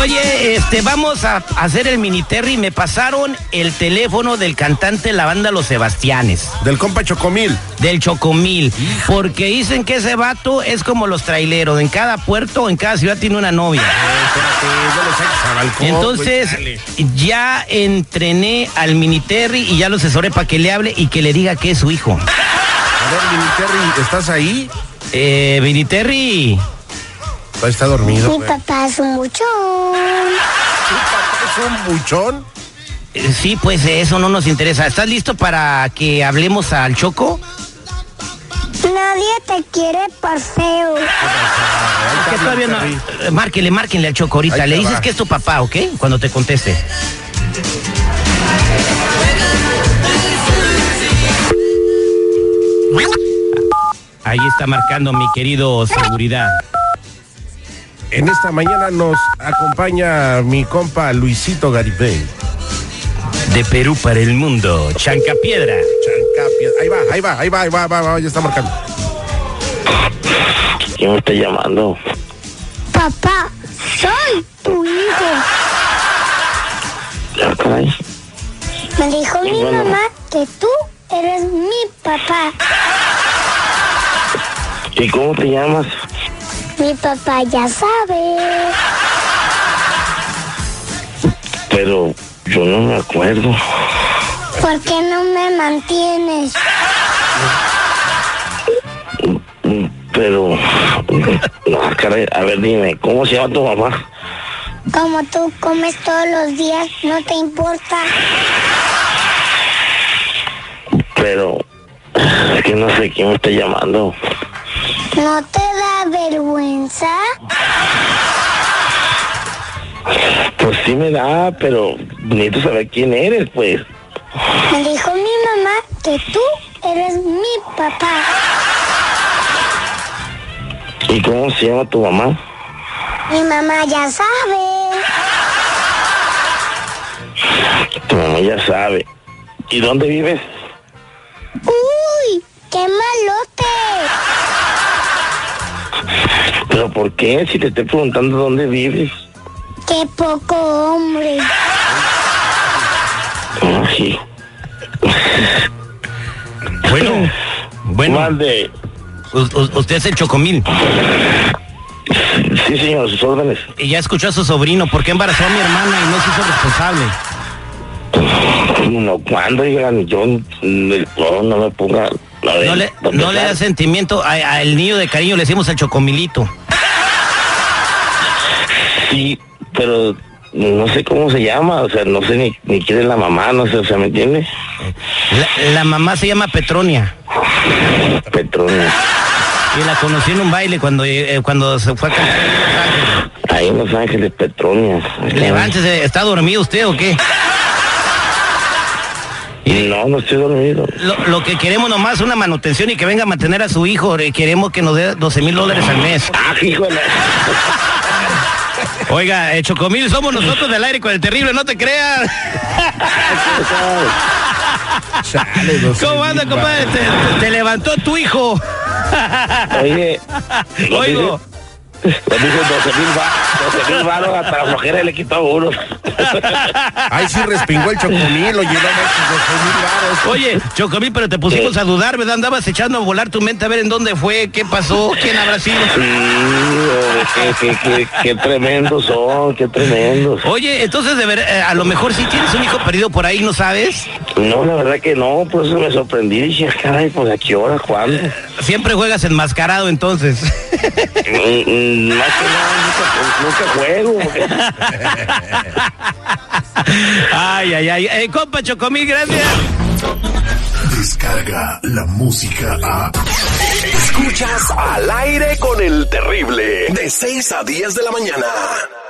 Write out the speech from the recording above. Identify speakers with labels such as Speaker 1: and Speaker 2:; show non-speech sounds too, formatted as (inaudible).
Speaker 1: Oye, este, vamos a hacer el mini Terry. Me pasaron el teléfono del cantante de la banda Los Sebastianes,
Speaker 2: Del compa Chocomil.
Speaker 1: del Chocomil, porque dicen que ese vato es como los traileros. En cada puerto, en cada ciudad tiene una novia.
Speaker 2: Ah, pues,
Speaker 1: Entonces, ya entrené al mini Terry y ya lo asesoré para que le hable y que le diga que es su hijo.
Speaker 2: A ver, Mini Terry, ¿estás ahí?
Speaker 1: Eh, mini Terry.
Speaker 2: Ah, Está dormido.
Speaker 3: Mi
Speaker 2: güey.
Speaker 3: papá es un buchón.
Speaker 2: ¿Tu papá es un buchón?
Speaker 1: eh, Sí, pues eso no nos interesa. ¿Estás listo para que hablemos al Choco?
Speaker 3: Nadie te quiere por feo.
Speaker 2: Ahí está
Speaker 1: Ah, que todavía
Speaker 2: Mini
Speaker 1: no.
Speaker 2: Terry.
Speaker 1: eh, Márquenle, márquenle al Choco ahorita.
Speaker 2: Ahí
Speaker 1: Le
Speaker 2: te
Speaker 1: dices
Speaker 2: va.
Speaker 1: que es tu papá, ¿ok? Cuando te conteste. Ahí está marcando mi querido seguridad.
Speaker 2: En esta mañana nos acompaña mi compa Luisito Garibay.
Speaker 1: De Perú para el mundo, Chanca Piedra.
Speaker 2: Chancapia. Ahí va, ahí va, ahí va, ahí va, ahí va, va, ya está marcando.
Speaker 4: ¿Quién me está llamando?
Speaker 3: Papá, soy tu hijo.
Speaker 4: Ah, caray.
Speaker 3: Me dijo mi mamá que tú eres mi papá.
Speaker 4: ¿Y cómo te llamas?
Speaker 3: Mi papá ya sabe.
Speaker 4: Pero yo no me acuerdo.
Speaker 3: ¿Por qué no me mantienes?
Speaker 4: Mm, Pero... Ah, caray. A ver, dime, ¿cómo se llama tu mamá?
Speaker 3: Como tú comes todos los días, no te importa.
Speaker 4: Pero... Es que no sé quién me está llamando.
Speaker 3: ¿No te da vergüenza?
Speaker 4: Pues sí me da, pero necesito saber quién eres, pues.
Speaker 3: Me dijo mi mamá que tú eres mi papá.
Speaker 4: ¿Y cómo se llama tu mamá?
Speaker 3: Mi mamá ya sabe.
Speaker 4: Tu mamá ya sabe. ¿Y dónde vives?
Speaker 3: ¡Uy! ¡Qué malote!
Speaker 4: ¿Pero por qué? Si te estoy preguntando dónde vives.
Speaker 3: ¡Qué poco hombre!
Speaker 4: Ay,
Speaker 1: Bueno, bueno,
Speaker 4: Mande.
Speaker 1: u- u- usted es el Chocomil.
Speaker 4: Sí, señor, sus órdenes.
Speaker 1: Y ya escuchó a su sobrino, ¿por qué embarazó a mi hermana y no se hizo responsable?
Speaker 4: No, cuando digan, yo no, no me ponga. la de-
Speaker 1: No le,
Speaker 4: para
Speaker 1: no le
Speaker 4: empezar.
Speaker 1: da sentimiento a- al niño de cariño, le decimos al Chocomilito.
Speaker 4: Sí, pero no sé cómo se llama, o sea, no sé ni, ni quién es la mamá, no sé, o sea, ¿me entiendes?
Speaker 1: La, la mamá se llama Petronia.
Speaker 4: Petronia.
Speaker 1: Y la conocí en un baile cuando, eh, cuando se fue a cantar en Los Ángeles.
Speaker 4: Ahí en Los Ángeles, Petronia.
Speaker 1: Levántese, ¿está dormido usted o qué?
Speaker 4: No, no estoy dormido.
Speaker 1: Lo, lo que queremos nomás es una manutención y que venga a mantener a su hijo. Eh, Queremos que nos dé 12 mil dólares al mes.
Speaker 4: Ah, hijo de la-
Speaker 1: Oiga, eh, Chocomil, somos nosotros del aire con el terrible, no te creas.
Speaker 2: Chale, no sé,
Speaker 1: (laughs) ¿Cómo anda,
Speaker 2: mi pa-
Speaker 1: compadre? Te, te- te levantó tu hijo.
Speaker 4: Oye. ¿lo
Speaker 1: Oigo.
Speaker 4: dice? Lo dice 12 mil varos, 12 mil varos hasta las mujeres le quitó a uno.
Speaker 2: Ay, sí respingó el Chocomil, lo llenó más de 12 mil varos.
Speaker 1: Oye, Chocomil, pero te pusimos a dudar, ¿verdad? Andabas echando a volar tu mente a ver en dónde fue, qué pasó, quién habrá sido.
Speaker 4: Sí, hombre, qué, qué, qué, qué tremendos son, qué tremendos.
Speaker 1: Oye, entonces de ver, eh, a lo mejor sí tienes un hijo perdido por ahí, ¿no sabes?
Speaker 4: No, la verdad que no, por eso me sorprendí. Dije, "Ah, caray, pues a qué hora, cuándo.
Speaker 1: Siempre juegas enmascarado entonces. (laughs)
Speaker 4: Mm, mm, más que nada, nunca, nunca juego. porque-
Speaker 1: ay, ay, ay. Eh, compa Chocomil, gracias.
Speaker 5: Descarga la música a.
Speaker 6: Escuchas al aire con el terrible. De 6 a 10 de la mañana.